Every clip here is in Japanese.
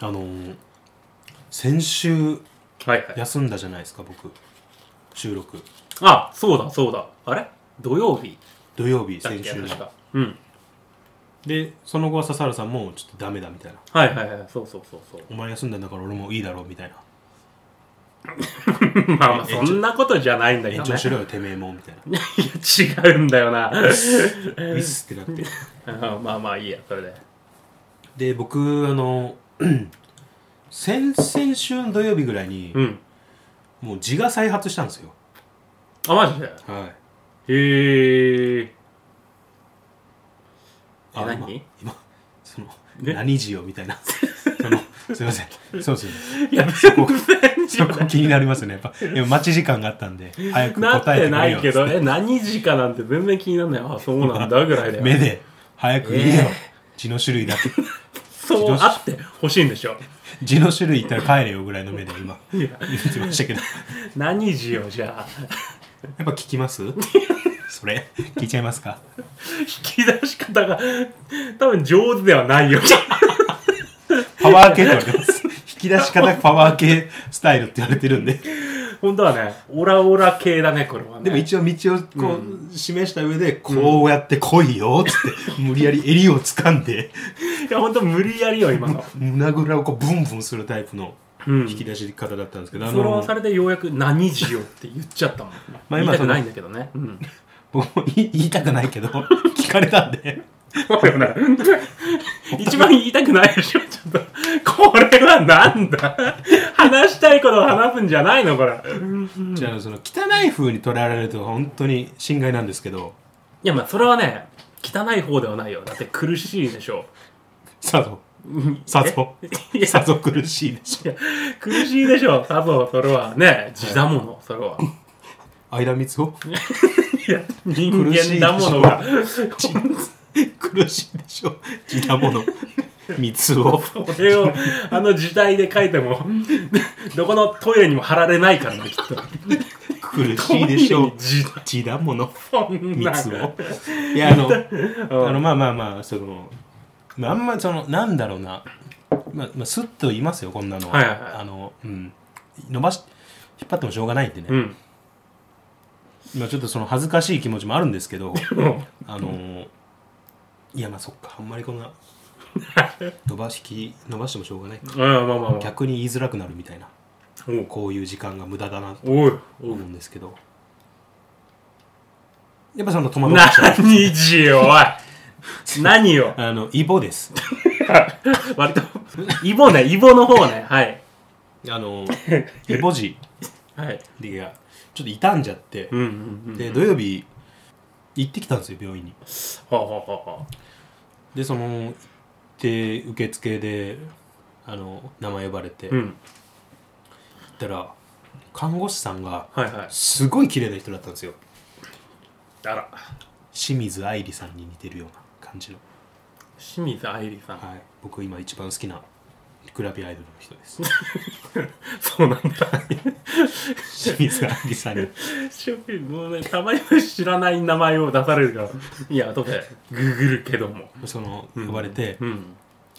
あのー先週はいはい。休んだじゃないですか僕収録あ、そうだそうだ。あれ土曜日土曜日だっ先け週の確か。うん。でその後は笹原さんもちょっとダメだみたいなはいはいはい。そうそうそうそう。お前休んだんだから俺もいいだろうみたいな まあまあ、 そんなことじゃないんだけ延ど、長ね。しろよてめえもみたい ないや、違うんだよ な。ウィスってなってうんまあまあいいや、それで。で僕あの 先々週の土曜日ぐらいに、うん。もう痔が再発したんですよあ、マジではいへえ。あ何今今そのえ何痔よみ たいなそのすいませんそうですよねいや、そこ全そ然こ気になりますねやっ ぱ今待ち時間があったんで早くなっ答えててくなれよいけど、え、何時かなんて全然気にならない。あ、そうなんだぐらい だよ。目で早く言えよ、えー字の種類だってそうあって欲しいんでしょ。字の種類言ったら帰れよぐらいの目で今いや、言ってましたけど何時よ、じゃあ。やっぱ聞きますそれ聞いちゃいますか引き出し方が多分上手ではないよ。 パワー系って言われてます引き出し方パワー系スタイルって言われてるんで本当はね、オラオラ系だね、これはね。でも一応道をこう、示した上でこうやって来いよっつって、無理やり襟を掴んでいや、本当無理やりよ、今の。胸ぐらをこうブンブンするタイプのうん。引き出し方だったんですけど、あそれはのされてようやく何時よって言っちゃったもん。まあ今言いたそくのないんだけどね。うん。僕も言い言いたくないけど 聞かれたんでそうよね。 一番言いたくないでしょ、ちょっと。これはなんだ話したいことを話すんじゃないの、これ。いじゃあその汚い風に捉えられると本当に心外なんですけどや、まあ、それはね、汚い方ではないよ。だって苦しいでしょ。さぞさぞいや、さぞ苦しいでしょいや 苦しいでしょ、さぞ、それは。ね、地だもの、それは。相田光夫いや、人間だものが。苦しいでしょ地だもの光夫これを、あの時代で書いても、どこのトイレにも貼られないからね、きっと。苦しいでしょトイレに地地だものだもん光な夫いやあのうんあのまあまあまあその、まあ、あんまそのなんだろうなまあ、まあ、スッと言いますよこんなのはいはいはいあのうん伸ばし引っ張ってもしょうがないんでね、うん。まあちょっとその恥ずかしい気持ちもあるんですけど うんあのーいやまあそっかあんまりこんな 伸ばしき伸ばしてもしょうがないかまあまあまあまあ。逆に言いづらくなるみたいなおうこういう時間が無駄だなとおい。思うんですけどやっぱその戸惑っちゃう何時よ、お い。何よ。あのイボ です割と、イボね、イボの方ね。はい。あのー イボ痔はい。でがちょっと傷んじゃって、うんうんうん。で土曜日行ってきたんですよ病院にはあ、はあはあはあ、でその行って受付であの名前呼ばれて、う行っん。たら看護師さんがはいはい。すごい綺麗な人だったんですよあら。清水愛理さんに似てるような感じの、清水愛理さん。はい、僕今一番好きなグラビアアイドルの人ですそうなんだ。 清水愛理さんにショッピングもうね、たまには知らない名前を出されるから。いや、後でググるけども。その呼ばれて、うん。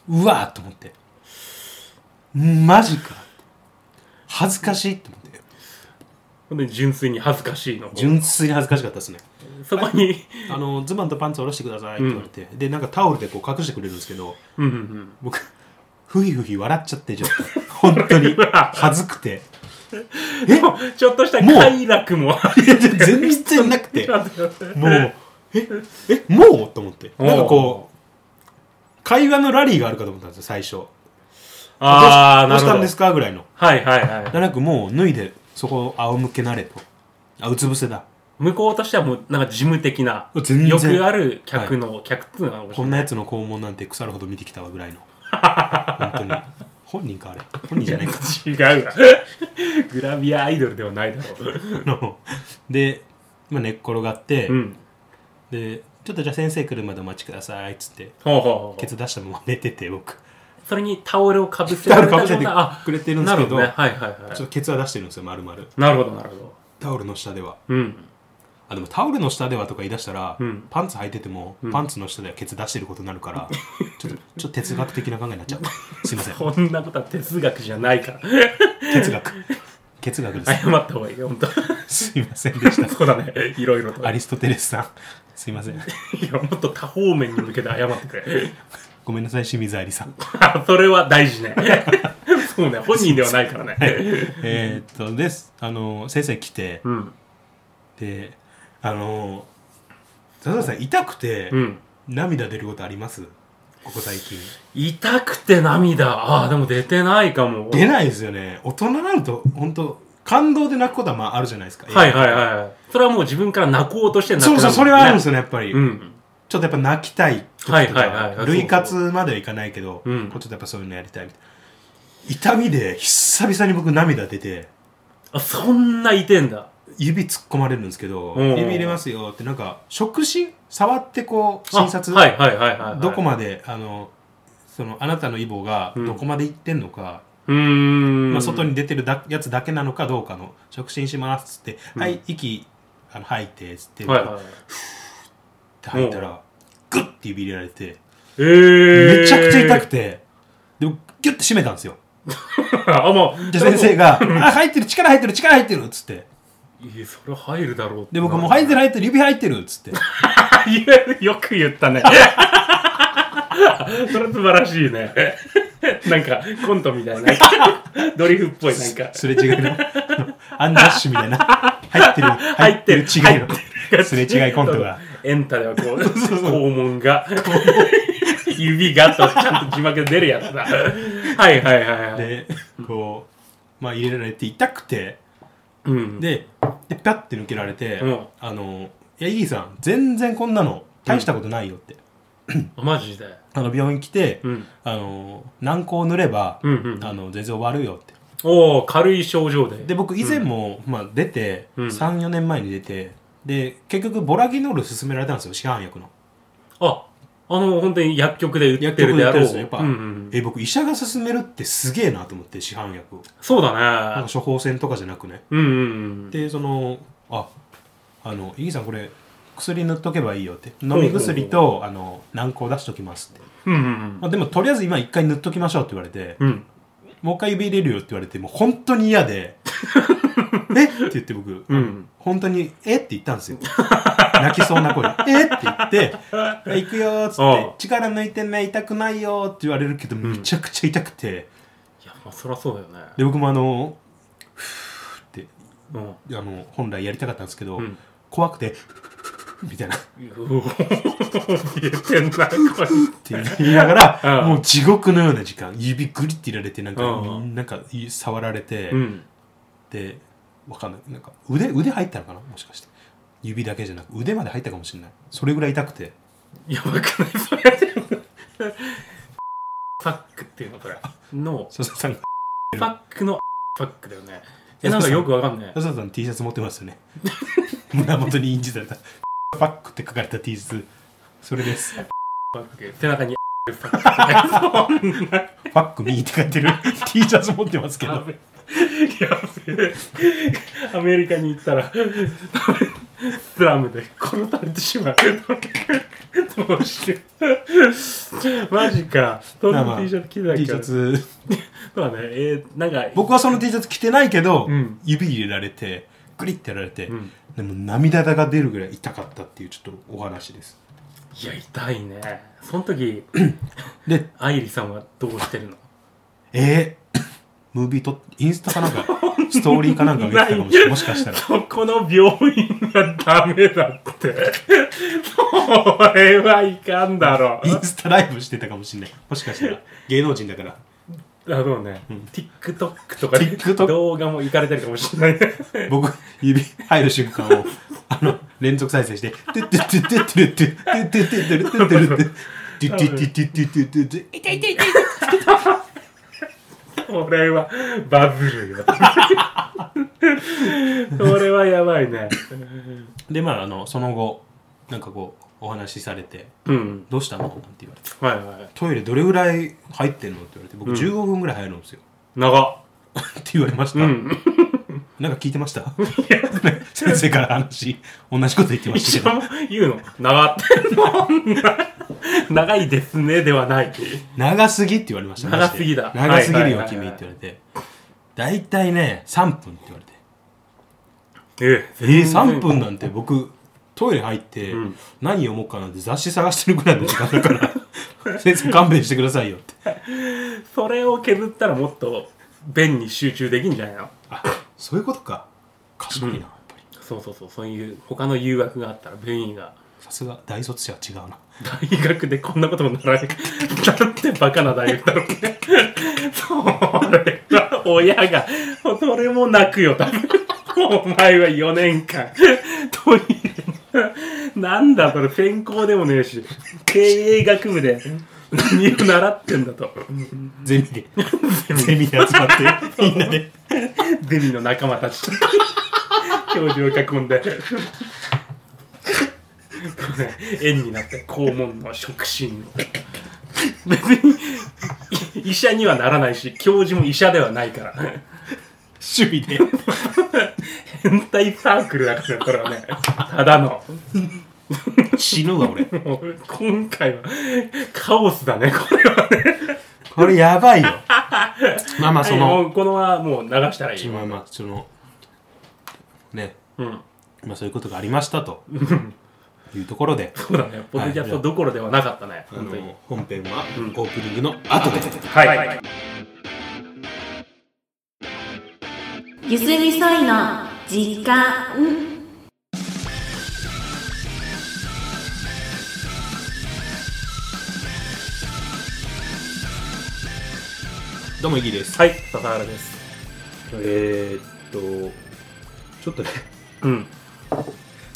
うわーっと思ってマジか恥ずかしいって思ってほんで、純粋に恥ずかしいの。純粋に恥ずかしかったですねそこ に、あのズボンとパンツ下ろしてくださいって言われて、でなんかタオルでこう隠してくれるんですけどうんうん僕ふひふひ笑っちゃってちょっと本当に恥ずくてうん。もうちょっとした快楽もありいや全然なくてだよねもうええもうと思ってなんかこう会話のラリーがあるかと思ったんですよ最初あどー、なうるしほたど。んですかぐらいのはいはいはい。じゃなくもう脱いでそこ仰向けなれとあうつ伏せだ向こうとしてはもう、なんか事務的な、全よ然くある客の、客っていうのは面こ白いんなやつの肛門なんて腐るほど見てきたわぐらいの本当に本人かあれ本人じゃないか違 うわ。グラビアアイドルではないだろう。ので、まあ、寝っ転がって、うん。でちょっとじゃあ先生来るまでお待ちくださいっつってほうほうほうケツ出したまま寝てて僕それにタオルをかぶせタオルたかぶせて状態あくれてるんですけどなるほどね。はいはいちょっとはケツは出してるんですよ丸々い。なるほど、なるほど。タオルの下ではう明ん。あでもタオルの下ではとか言い出したら、うんパンツ履いてても、パンツの下ではケツ出してることになるから ちょっとちょっと哲学的な考えになっちゃうすいませんこんなことは哲学じゃないから哲学哲学です謝った方がいいよ本すいませんでし当そうだね いろいろとたアリストテレスさんすいませんいやもっと多方面に向けて謝ってくれ ごめんなさい清水愛理さんあそれは大事ね そうね本人ではないからねえーっとですあの先生来てうんであの佐々木さん痛くて、うん涙出ることありますここ最近痛くて涙ああでも出てないかも出ないですよね大人になると本当感動で泣くことはまああるじゃないですかはいはいはいそれはもう自分から泣こうとして泣くそうそうそれはあるんですよよねやっぱり、うんちょっとやっぱ泣きたい時とか、はいはいはいはい類活まではいかないけど、うんこうちょっとやっぱそういうのやりたいみたいな痛みで久々に僕涙出てあそんないてんだ指突っ込まれるんですけど、うん指入れますよってなんか触診触ってこうあ診察、はいはいはいはいはいどこまであのそのあなたのイボがうんどこまでいってんのか、うーんまあ、外に出てるだやつだけなのかどうかの触診しますっつって、うんはい息あの吐いてっつって、はいはいって吐いたらグッて指入れられてえー、めちゃくちゃ痛くてでもギュッて締めたんですよ あもうで先生が「あ入ってる力入ってる力入ってる」っつっていやそれ入るだろうで僕はもう入っててる入ってる指入ってるっつってよく言ったね それ素晴らしいねなんかコントみたいなドリフっぽいなんかすれ違いのアンジャッシュみたいな入ってる入ってる違い入ってのるすれ違いコントがエンタではこう肛門が指がとちゃんと字幕で出るやつだはいはいはいはいでこうまあ入れられて痛くてうん、ででピャッて抜けられてうん「あのいやイギーさん全然こんなの大したことないよ」ってあマジで、あの病院来てうん、あの軟膏塗ればうんうんあの全然終わるよっておお軽い症状でで僕以前も、まあ、出て、うん34年前に出てで結局ボラギノール勧められたんですよ市販薬のああの本当に薬局で売ってるであやってるんろうですよやっぱ、うんうんえ僕医者が勧めるってすげえなと思って市販薬をそうなんだねか処方箋とかじゃなくねうんうんでそのああの「イギさんこれ薬塗っとけばいいよ」って「飲み薬とあの軟膏出しときます」って、うんうんまあ、でもとりあえず今一回塗っときましょうって言われて、うんうんもう一回指入れるよって言われてもう本当に嫌 で「えっ?」って言って僕、うん本当に「えっ?」て言ったんですよ 泣きそうな声で「えっ?」って言 って「行くよ」っつあってあ「力抜いてね痛くないよ」って言われるけどめちゃくちゃ痛くて、いやまあそりゃそうだよねで僕もあのふーってうんあの本来やりたかったんですけど、うん怖くて ふーみたいなっうお言えてんなこれて言いながら、 うんもう地獄のような時間指グリって入れられてなんか、うんなんか触られて、うんでわかんないなんか腕腕入ったのかなもしかして指だけじゃなく腕まで入ったかもしれないそれぐらい痛くてやばくないそれファックっていうのこれの佐々木さんがファックのファックだよねえなんかよくわかんない安田さん T シャツ持ってますよね 胸元に印字されたファックって書かれた T シャツそれですフファック背中にファックって ねそんなァックミーって書いて る T シャツ持ってますけやどべやべアメリカに行ったらスラムで殺されてしまうどうしようマジかそんまあなまあ T シャツ着てたっけ T シャツそうだねえー、なんか僕はその T シャツ着てないけど、うん指入れられてグリってやられて、うんでも涙が出るぐらい痛かったっていうちょっとお話ですいや痛いねその時で愛理さんはどうしてるのえー ムービーとインスタかなん かストーリーかなんか見てたかもしれないもしかしたらそこの病院はダメだってそれはいかんだろインスタライブしてたかもしれないもしかしたら芸能人だからあそうね、TikTok とかで TikTok 動画もいかれてるかもしれない僕指入る瞬間をあの連続再生して「トゥットゥットゥットゥットゥットゥットゥットゥットゥットゥットゥットゥットゥットゥットゥットゥットゥットゥットゥットゥッこれはバズるよそれはやばいねでまああのその後なんかこうお話しされてうん「どうしたの?」なんて言われてはいはい「トイレどれぐらい入ってんの?」って言われて僕うん15分ぐらい入るんですよ、長っって言われました、うんなんか聞いてました先生から話同じこと言ってまし一たけど応言うの長っての長いですねではない長すぎって言われました長すぎだマジで長すぎるよはいはいはい君はいって言われて大体ね3分って言われてえええー、全然3分なんて僕トイレ入ってうん何読もうかなって雑誌探してるくらいの時間だから 先生勘弁してくださいよってそれを削ったらもっと便に集中できんじゃないのあそういうことか賢いなやっぱりそうそうそうそういう他の誘惑があったら便意がさすが大卒者は違うな大学でこんなこともならないなんてバカな大学だろう ねそれ は親がそれも泣くよ多分 お前は4年間 トイレなんだそれ専攻でもねえし経営学部で何を習ってんだとゼミ でゼミで集まってみんなでデミの仲間たちと 教授を囲んでこうね円になって肛門の触診を別にい医者にはならないし教授も医者ではないから趣味で変態サークルだからこれはねただの 死ぬわ俺もう今回はカオスだねこれはねこれや ばいよまあまあそはいのもうこのままもう流したらいいまあまあそのねうんまあそういうことがありましたというところでそうだねポッドキャストどころではなかったねあ本当にの本編はオープニングの後ではいゆすみそいの時間どうもイギーですはい笹原ですえー、っとちょっとねうん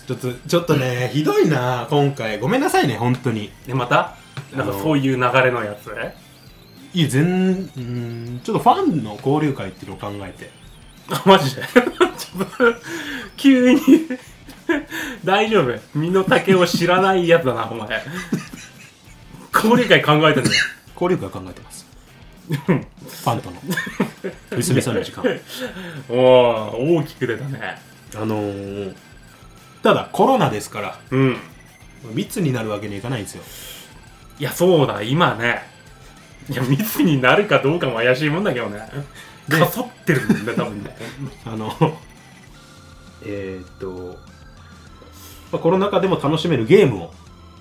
ちょっとちょっとねひどいな今回ごめんなさいね本当にでまたなんかそういう流れのやついや全うーんちょっとファンの交流会っていうのを考えてあマジで ちょっと急に 大丈夫身の丈を知らないやつだなお前交流会考えてんだよ交流会考えてますファンとの娘さんの時間 おお大きく出たねあのー、ただコロナですからうん密になるわけにはいかないんですよいやそうだ今ねいや密になるかどうかも怪しいもんだけどねでかそってるんだよ多分ねあのえーっと、まあ、コロナ禍でも楽しめるゲームを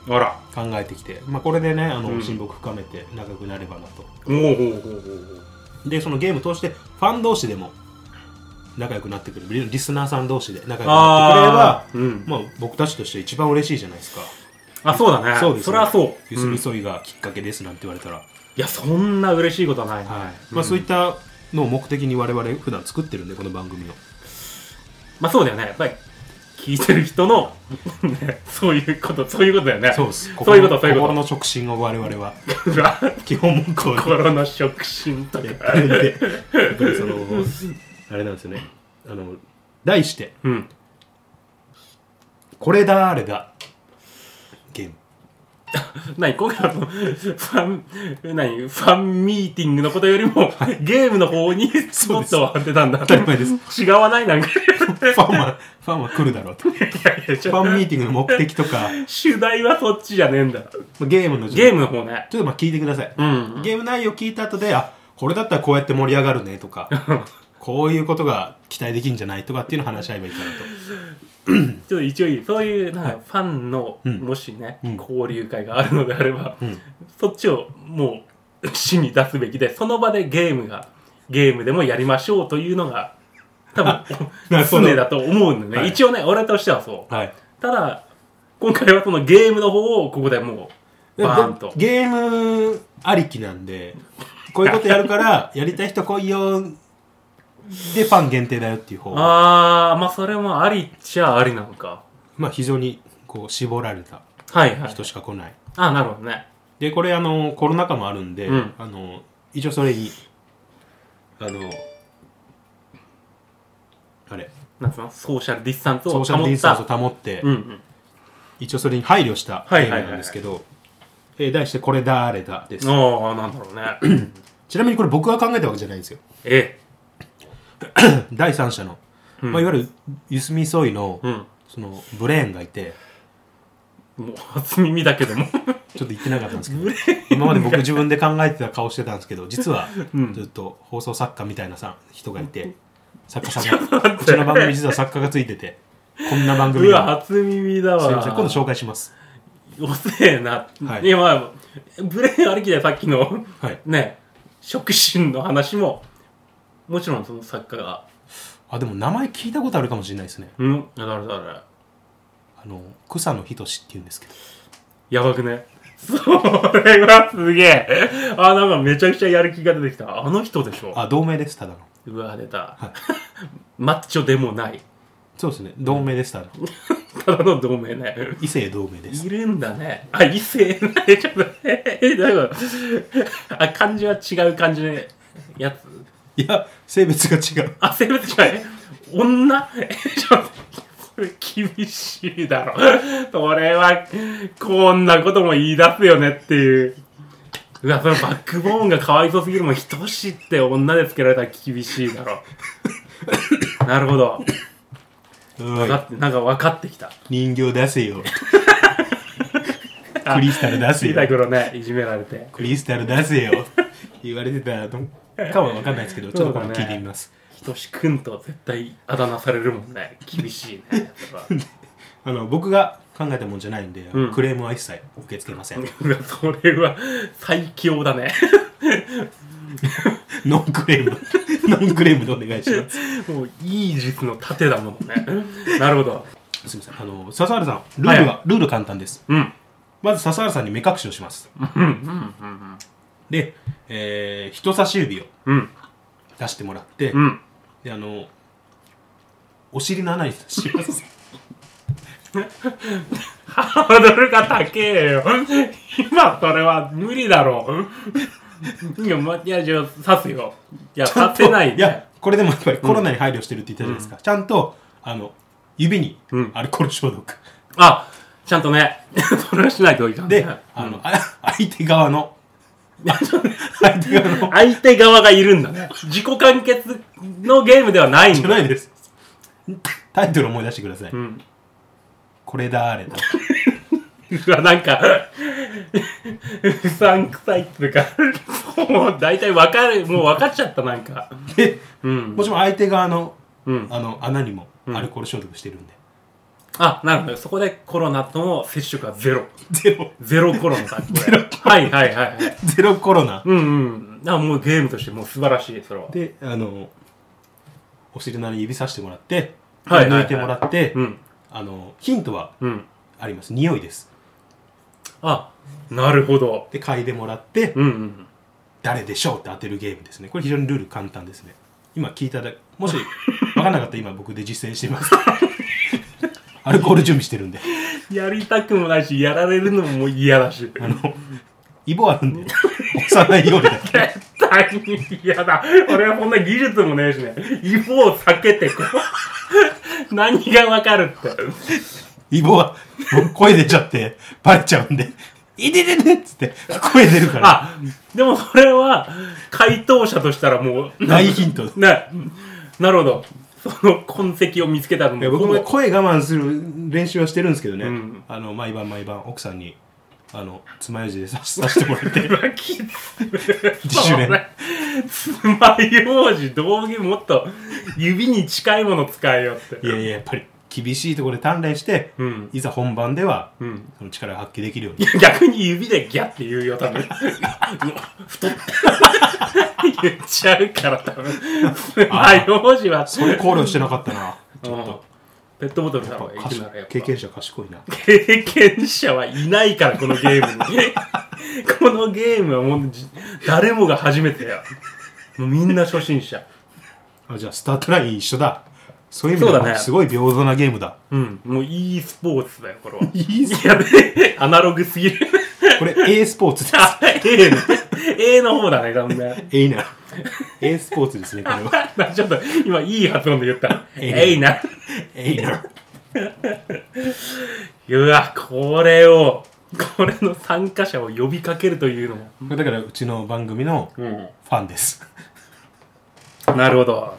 あら考えてきて、まあ、これでねあうのん親睦深めて仲良くなればなとおおおおおおでそのゲーム通してファン同士でも仲良くなってくるリリスナーさん同士で仲良くなってくれればあーうんまあ、僕たちとして一番嬉しいじゃないですかあそうだねそうですねそれはそうゆすうんみそいがきっかけですなんて言われたら、いや、そんな嬉しいことはないね。はいままあ、あ、そそうういいっ。ったたのを目的に我々普段作ってるんでこの番組をまあ、そうだよね。やっぱり、聞いてる人の、 ね、そういうこと、そういうことだよね。そうですそういうこと、そういうこ心と。の触進を我々は うわ基本文句を心の触進とやってか。るんでやっぱりそのあれなんですよねあの題してうん。 「これだあれだ」ゲームなに、今回はその、ファン、なに、ファンミーティングのことよりも、ゲームの方に、スポットを当てたんだ。当たり前です違わ ないなんか。いファンはファンは来るだろうとフやいや、ちょァンミーティングの目的と か主題はそっちじゃねえんだ。ゲームのゲームの方ね。ちょっとまあ聞いてください、うん。ゲーム内容聞いた後であこれだったらこうやって盛り上がるねとかこういうことが期待できるんじゃないとかっていうのを話し合えばいいかなとちょっと一応いいそういうなんかファンの、うんもしね、うん交流会があるのであれば、うんそっちをもう死に出すべきでその場でゲームがゲームでもやりましょうというのが多分 なるほ常どだと思うんだよね、はい一応ね俺としてはそうはいただ今回はそのゲームの方をここでもうバーンとゲームありきなんでこういうことやるからやりたい人来いよでファン限定だよっていう方がああまあそれもありっちゃありなのかまあ非常にこう絞られたはいはい人しか来ないああなるほどねでこれあのコロナ禍もあるんで、うんあの一応それにあのあれなんつうのソーシャルディスタンスソを保ーっシャルディスタンスをた保って、うんうん一応それに配慮したゲはいはーいはいはいムなんですけど、えー題して「これだあれだ」です、ああなんだろうね ちなみにこれ僕が考えたわけじゃないんですよええ第三者のうんまあ、いわゆるゆすみそいのうんそのブレーンがいてもう初耳だけど もちょっと言ってなかったんですけ ど今まで僕自分で考えてた顔してたんですけど実はうんずっと放送作家みたいなさ人がいて作家さん 待がっうてちの番組実は作家がついててこんな番組うわが初耳だわすいません今度紹介します遅えな、はいい、やまあブレーンありきでさっきのはいね触診の話ももちろんその作家があでも名前聞いたことあるかもしれないですねうんあ誰だ誰あの草野仁っていうんですけどやばくねそれはす げえあなんかめちゃくちゃやる気が出てきたあの人でしょあ同盟ですただのうわ出た、はい マッチョでもない そうですね同盟ですただのただの同盟ね異性同盟ですいるんだねあ異性ないちょっとええだからあ漢字は違う漢字のやついや性別が違うあ、生物じゃない。女 え、ちょっと、それ厳しいだろ。それは、こんなことも言い出すよねっていう。うわ、そのバックボーンがかわいそうすぎるもん、等しいって女でつけられたら厳しいだろ。なるほど。わかはってなんか分かってきた。い人形出せ よクリスタル出せ小さいよ頃ね、いじめられて。クリスタル出せよ 言われてたのかは分かんないですけ どちょっと今度聞いてみます、等しくんと絶対あだ名されるもんね。厳しいね。それはあの僕が考えたもんじゃないんで、うんクレームは一切受け付けませんうわ、それは最強だね。ノンクレーム ノンクレームでお願いしますもういい軸の盾だもんね。なるほど。すみませんあの笹原さんルールが、はルール簡単ですうん。まず笹原さんに目隠しをしますうん。うん。うんで、えー人差し指をうん。出してもらって、うん。であのお尻の穴に差しますハードルが高えよ。今それは無理だろう。いや、ま、いや、じゃあ刺すよ。いや、刺せない、ね。いやこれでもやっぱりコロナに配慮してるって言ったじゃないですか、ちゃんとあの指にうんアルコール消毒、あ、ちゃんとね。それはしないといかんね。で、あの、あ相手側の、 相手側の、相手側がいるんだね。自己完結のゲームではないんじゃだ。ないです。タイトル思い出してください。うん。これだーれだ。うわ、なんか、うさんくさいっていうか、もう大体わかる、もう分かっちゃった、なんか。で、うんも。ちろん相手側の、うん。あの、穴にもアルコール消毒してるんで。あ、なるほど。そこでコロナとの接触はゼロ。ゼロ、ゼロコロナだ、これ。はいはいはいはい。ゼロコロナ。うんうん。あ、もうゲームとしてもう素晴らしい、それは。で、あの、お尻の穴に指さしてもらって、はいはいはい抜いてもらって、うん。あの、ヒントはうん。あります。匂いです。あ、なるほど。で、嗅いでもらって、うんうん。誰でしょうって当てるゲームですね。これ非常にルール簡単ですね。今聞いただもし分かんなかったら今僕で実践してます。 アルコール準備してるんで。やりたくもないし、やられるのも嫌だし。あの、イボあるんで、押さないように。絶対に嫌だ。俺はこんな技術もねえしね。イボを避けてこう。 何がわかるって。イボは、僕声出ちゃって、バレちゃうんで、いてててっつって、声出るから、あ、でもそれは、回答者としたらもう、大ヒント。ね、なるほど。その痕跡を見つけたのいや僕もほぼ声我慢する練習はしてるんですけどね、うんあの、毎晩毎晩奥さんに、あの、爪楊枝で刺し刺してもらって、きつい自主練それ 爪楊枝道具もっと指に近いもの使えよっていやいや、やっぱり厳しいところで鍛錬して、うんいざ本番では、うんその力を発揮できるよういに。や 逆に指でギャって言うよ多分うわ太って 言っちゃうから多分爪楊枝はそれ考慮してなかったな。ちょっとペットボトルだろ賢い経経験験者賢いな。経験者はいないからこのゲームに このゲームはもうじ誰もが初めてやもうみんな初心者あじゃあ、スタートライン一緒だ。そういう意味でそうだは、ねすごい平等なゲームだ。うん、もう e スポーツだよ、これは。 e スいやべ、アナログすぎる。 これ A スポーツです。 あ、A ね。A の方だね、だんだん。えいな。A スポーツですね、これ は。ちょっと、今、いい発音で言った。 A ね A な。えいな。うわ、これを、これの参加者を呼びかけるというのも。だから、うちの番組のうん。ファンです。なるほど。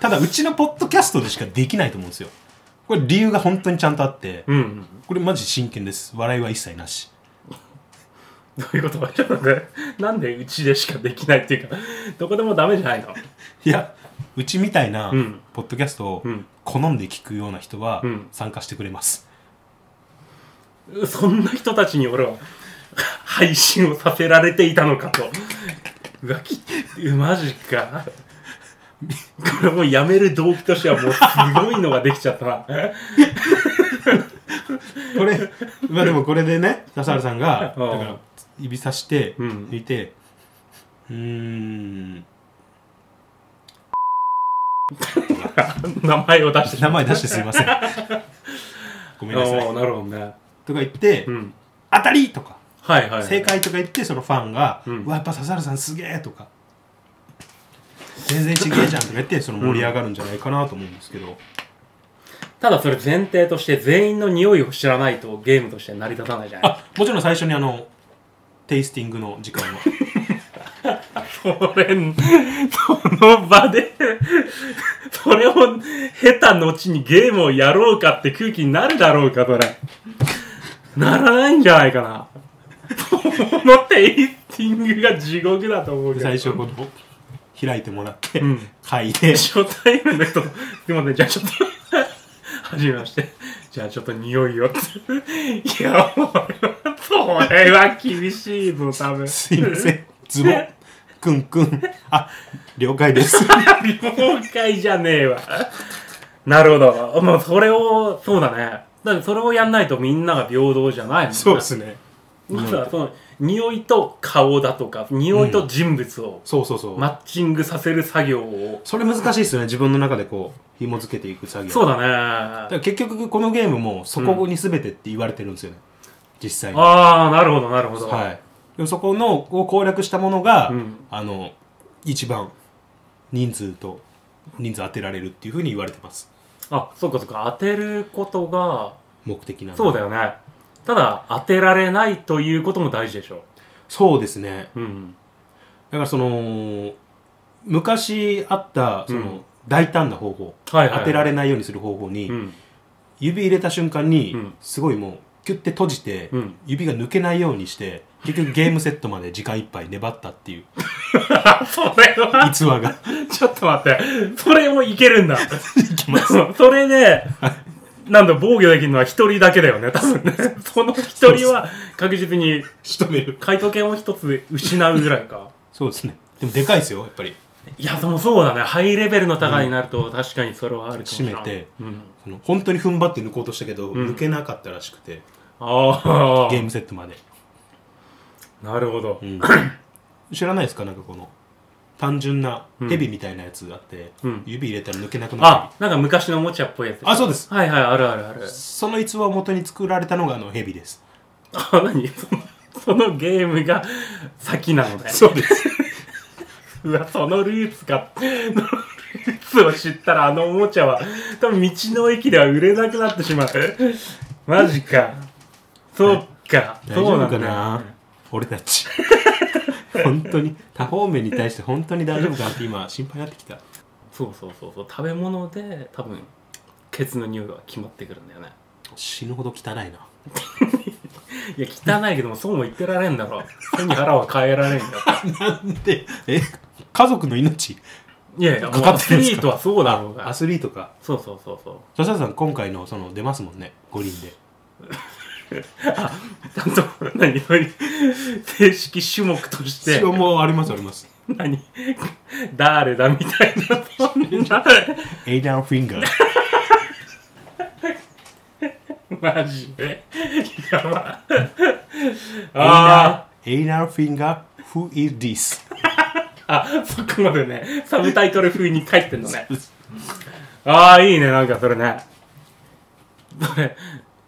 ただうちのポッドキャストでしかできないと思うんですよこれ理由が本当にちゃんとあってうん。これマジ真剣です笑いは一切なしどういうことちょっと待ってなんでうちでしかできないっていうか、どこでもダメじゃないのいやうちみたいなうんポッドキャストをうん好んで聞くような人はうん参加してくれます、そんな人たちに俺は配信をさせられていたのかと。うわきうマジか。これもうやめる動機としてはもうすごいのができちゃったな。これまあでもこれで ね笹原さんがだうかんら指さしてうん抜いてうーん名前を出してしま名う前出してすい ませんごめんなさいおーなるほどね。とか言って、うん。当たりとかはいはい、はい。正解とか言ってそのファンが「うんうわやっぱ笹原さんすげえ」とか「全然ちげえじゃん」とか言ってその盛り上がるんじゃないかなと思うんですけど、ただそれ前提として全員の匂いを知らないとゲームとして成り立たないじゃないあもちろん最初にあのテイスティングの時間はそれ、その場で、それを経た後にゲームをやろうかって空気になるだろうか、それ。ならないんじゃないかな。 このテイスティングが地獄だと思うけど。最初こう開いてもらって、うん書いて初対面の人と、すいません、じゃあちょっと、はじめまして。じゃあちょっと匂いをって。いや、もうそれは厳しいぞ、多「分。すいま せんズボンくんくんあ了解 です」了解じゃねえわ。なるほど。もうそれを、そうだね。だってそれをやんないとみんなが平等じゃないもんね。そうですねまずはその、匂いと顔だとか、匂いと人物をそうそうそう、マッチングさせる作業を。それ難しいですよね自分の中でこう紐付けていく作業そうだだかね。ら結局このゲームもそこに全てって言われてるんですよね、実際にああ、なるほど、なるほど。はい、でもそこのを攻略したものが、うんあの一番人数と人数当てられるっていうふうに言われてますあ、そうかそうか。当てることが、目的なのそうだよね。ただ、当てられないということも大事でしょ。そうですねうん。だからその昔あったその、うん大胆な方法、はいはいはい当てられないようにする方法に、うん。 指入れた瞬間に、うんすごいもうキュッて閉じて、うん指が抜けないようにして結局ゲームセットまで時間いっぱい粘ったって いうそれは。逸話がちょっと待って、それもいけるんだ。 それで、なんだ、防御できるのは一人だけだよね、多分ね。その一人は確実に仕留める回答権を一つ失うぐらいか。そうですねでもでかいですよやっぱりいや、でもそうだね。ハイレベルの高いになると、確かにそれはあるかもしれない。締めてうん。その本当に踏ん張って抜こうとしたけど、ん抜けなかったらしくてあゲームセットまで、あ、なるほどう。ん知らないですかなんかこの単純な蛇みたいなやつがあって、うん指入れたら抜けなくなるあ、なんか昔のおもちゃっぽいやつ。あそうです。はいはい、あるあるある。その逸話を元に作られたのがあの蛇ですあ、何 そのそのゲームが先なのね。うです うわ、そのルーツか。そのルーツを知ったらあのおもちゃは、多分道の駅では売れなくなってしまう。マジか。そっか。大そ丈うな夫んかだな、ね。俺た ち本当に多方面に対して本当に大丈夫かなって今心配になってきたそうそうそうそう。食べ物で多分、ケツの匂いが決まってくるんだよね。死ぬほど汚いないや、汚いけども、そうも言ってられんだろ。背に腹は変えられんだろ。なんでえ家族の命いやいや、もかうかアってスるんですかリートはそうだろう アが。スリートかそうそうそうそう。そしたらさん今回のその出ますもんね5人でちゃんと、何、正式種目として一。応もうありますあります何誰だみたいなそんなエイダンフィンガーマジでやばあエイダンフィンガー Who is this? ーあそこまでねサブタイトル風に書いてんのねああいいねなんかそれねそれ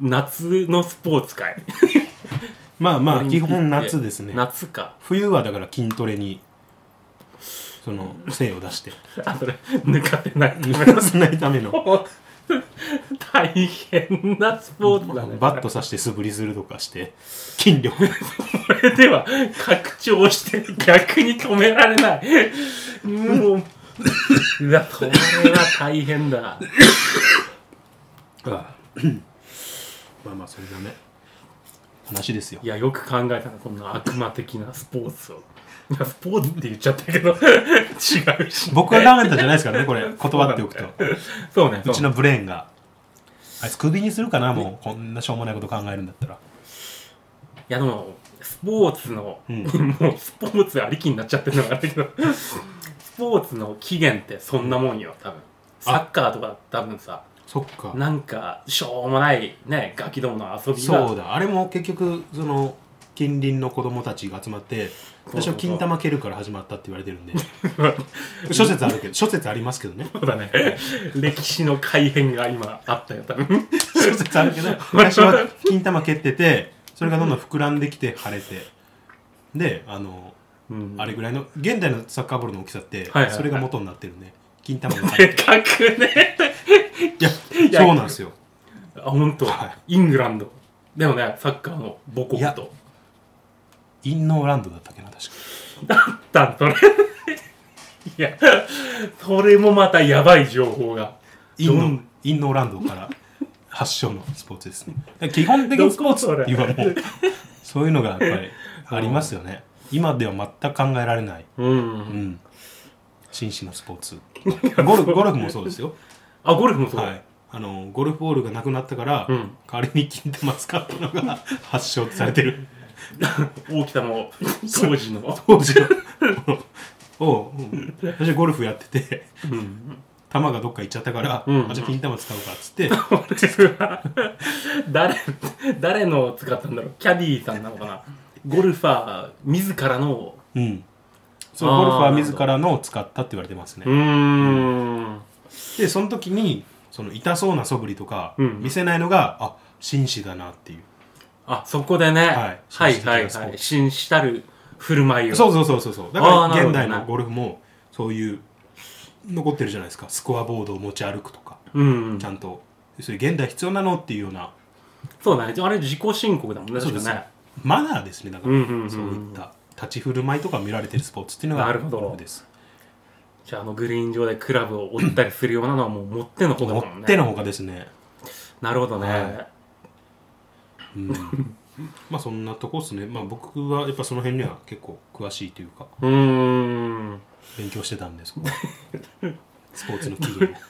夏のスポーツかいまあまあ基本夏ですね夏か冬はだから筋トレにその精を出してあそれ抜かせ ない抜かせないため の大変なスポーツだねバット刺して素振りするとかして筋力こ れでは拡張して逆に止められないもううわこれは大変だ ああまあまあそれだね話ですよいやよく考えたなこんな悪魔的なスポーツをいやスポーツって言っちゃったけど違うし僕が考えたんじゃないですからねこれ断っておくと そうねうそうちのブレーンがあいつクビにするかなもうこんなしょうもないこと考えるんだったらいやでもスポーツの、うんもうスポーツありきになっちゃってるのがあるけ どスポーツの起源ってそんなもんよ多分サッカーとか多分さそっかなんかしょうもないねガキどもの遊びがそうだあれも結局その近隣の子供たちが集まってそうそう私は金玉蹴るから始まったって言われてる んで諸説あるけど諸説ありますけどねそうだね 歴史の改変が今あったよ多分諸説あるけど私は金玉蹴っててそれがどんどん膨らんできて腫れてであのうんあれぐらいの現代のサッカーボールの大きさって、はいはいそれが元になってるね金玉がでかくねいや いやそうなんですよあ本当、はイングランドでもねサッカーの母国いやとインノーランドだったっけな確かだったんそれ いやそれもまたやばい情報がインどノんインノーランドから発祥のスポーツですねだから基本的にスポーツっていうのはもうそういうのがやっぱりありますよね今では全く考えられない、うんうん、紳士のスポーツゴルフゴルフもそうですよあゴルフもそう、はい、あのゴルフボールがなくなったから、うん代わりに金玉使ったのが 発祥とされてる大北も当時の、当時の をうん私はゴルフやっててうん、球がどっか行っちゃったから、うんあじゃあ金玉使うかっつって俺は誰誰のを使ったんだろうキャディーさんなのかなゴルファー自らのうんそうあーゴルファー自らのを使ったって言われてますね、んでその時にその痛そうな素振りとかうん見せないのが、あ紳士だなっていうあそこでね、はいはいは紳士い的なスポはーいツ紳士たる振る舞いをそうそうそうそうそうだあーからな現るほどね代のゴルフもそういう残ってるじゃないですかスコアボードを持ち歩くとかう、んち、ゃんとそういう現代必要なのっていうようなそうだねあれ自己申告だもんねそうで確かすねマナーですねだから、うんうんうんうんそういった立ち振る舞いとか見られてるスポーツっていうのがなるほどゴルフですじゃああのグリーン上でクラブを折ったりするようなのはもう持ってのほかだ持もんねってのほかですね、なるほどね、はうん まあそんなとこですねまあ僕はやっぱその辺には結構詳しいというかうーん勉強してたん ですけどスポーツの起源を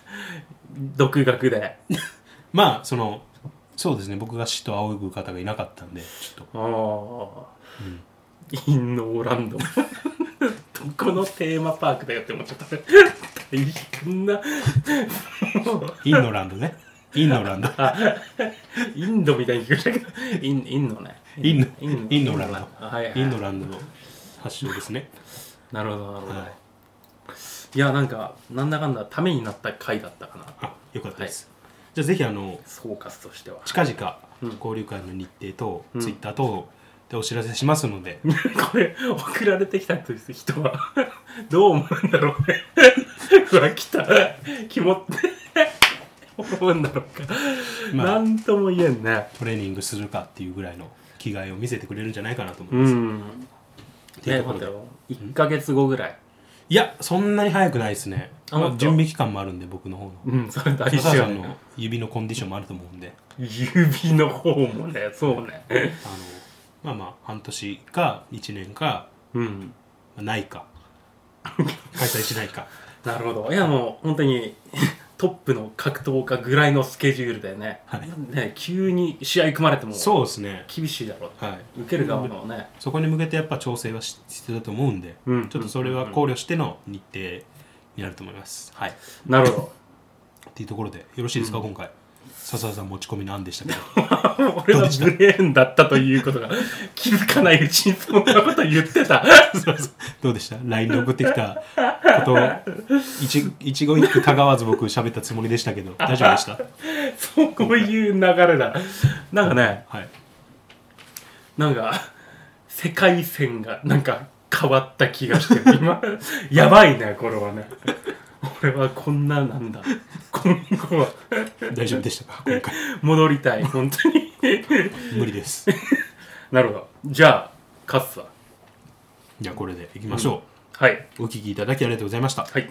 独学でまあそのそうですね僕が死と仰ぐ方がいなかったんでちょっとああ、インノーラ ンドどこのテーマパークだよって思っちゃった大変なインのランド ねインのランドインドみたいに聞こえたけどインインドねインのインインのランドはいはいインのランドの発祥ですねなるほどなるほど、はいい、やなんかなんだかんだためになった回だったかなあよかったです、じゃあぜひあの総括としては近々うん交流会の日程と、うんツイッター等でお知らせしますので、 これ送られてきた人は どう思うんだろうね うわ来た キモって 思うんだろうか、まあなんとも言えんねトレーニングするかっていうぐらいの気概を見せてくれるんじゃないかなと思いうます、んていねうとこ待ろてでよ1か月後ぐらいいやそんなに早くないですね、あまあ本当準備期間もあるんで僕の方のうんそれ笹大事田よさんのね指のコンディションもあると思うんで指の方もねそうねあのまあまあ半年か1年かうんまあない か開催しないかなるほどいやもう本当に トップの格闘家ぐらいのスケジュールでね,、はいね急に試合組まれてもそうですね厳しいだろう、はい受ける側のね、そこに向けてやっぱ調整はし必要だと思うんで、うんちょっとそれは考慮しての日程になると思います、はいなるほどっていうところでよろしいですか、今回笹田さん持ち込みの案でしたけど 俺はブレーンだったということが気づかないうちにそんなこと言ってたそうそうどうでした LINE で送ってきたことを一一語一句かがわず僕喋ったつもりでしたけど大丈夫でしたそういう流れだなんかねはいなんか世界線がなんか変わった気がしてる今やばいねこれはね俺はこんななんだ今後は大丈夫でしたか今回戻りたい本当に無理ですなるほどじゃあ勝つわじゃあこれでいきましょ、はいおう聞きいただきありがとうございましたはい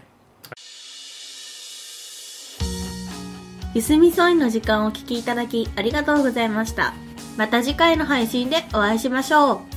ゆすみそいの時間をお聞きいただきありがとうございましたまた次回の配信でお会いしましょう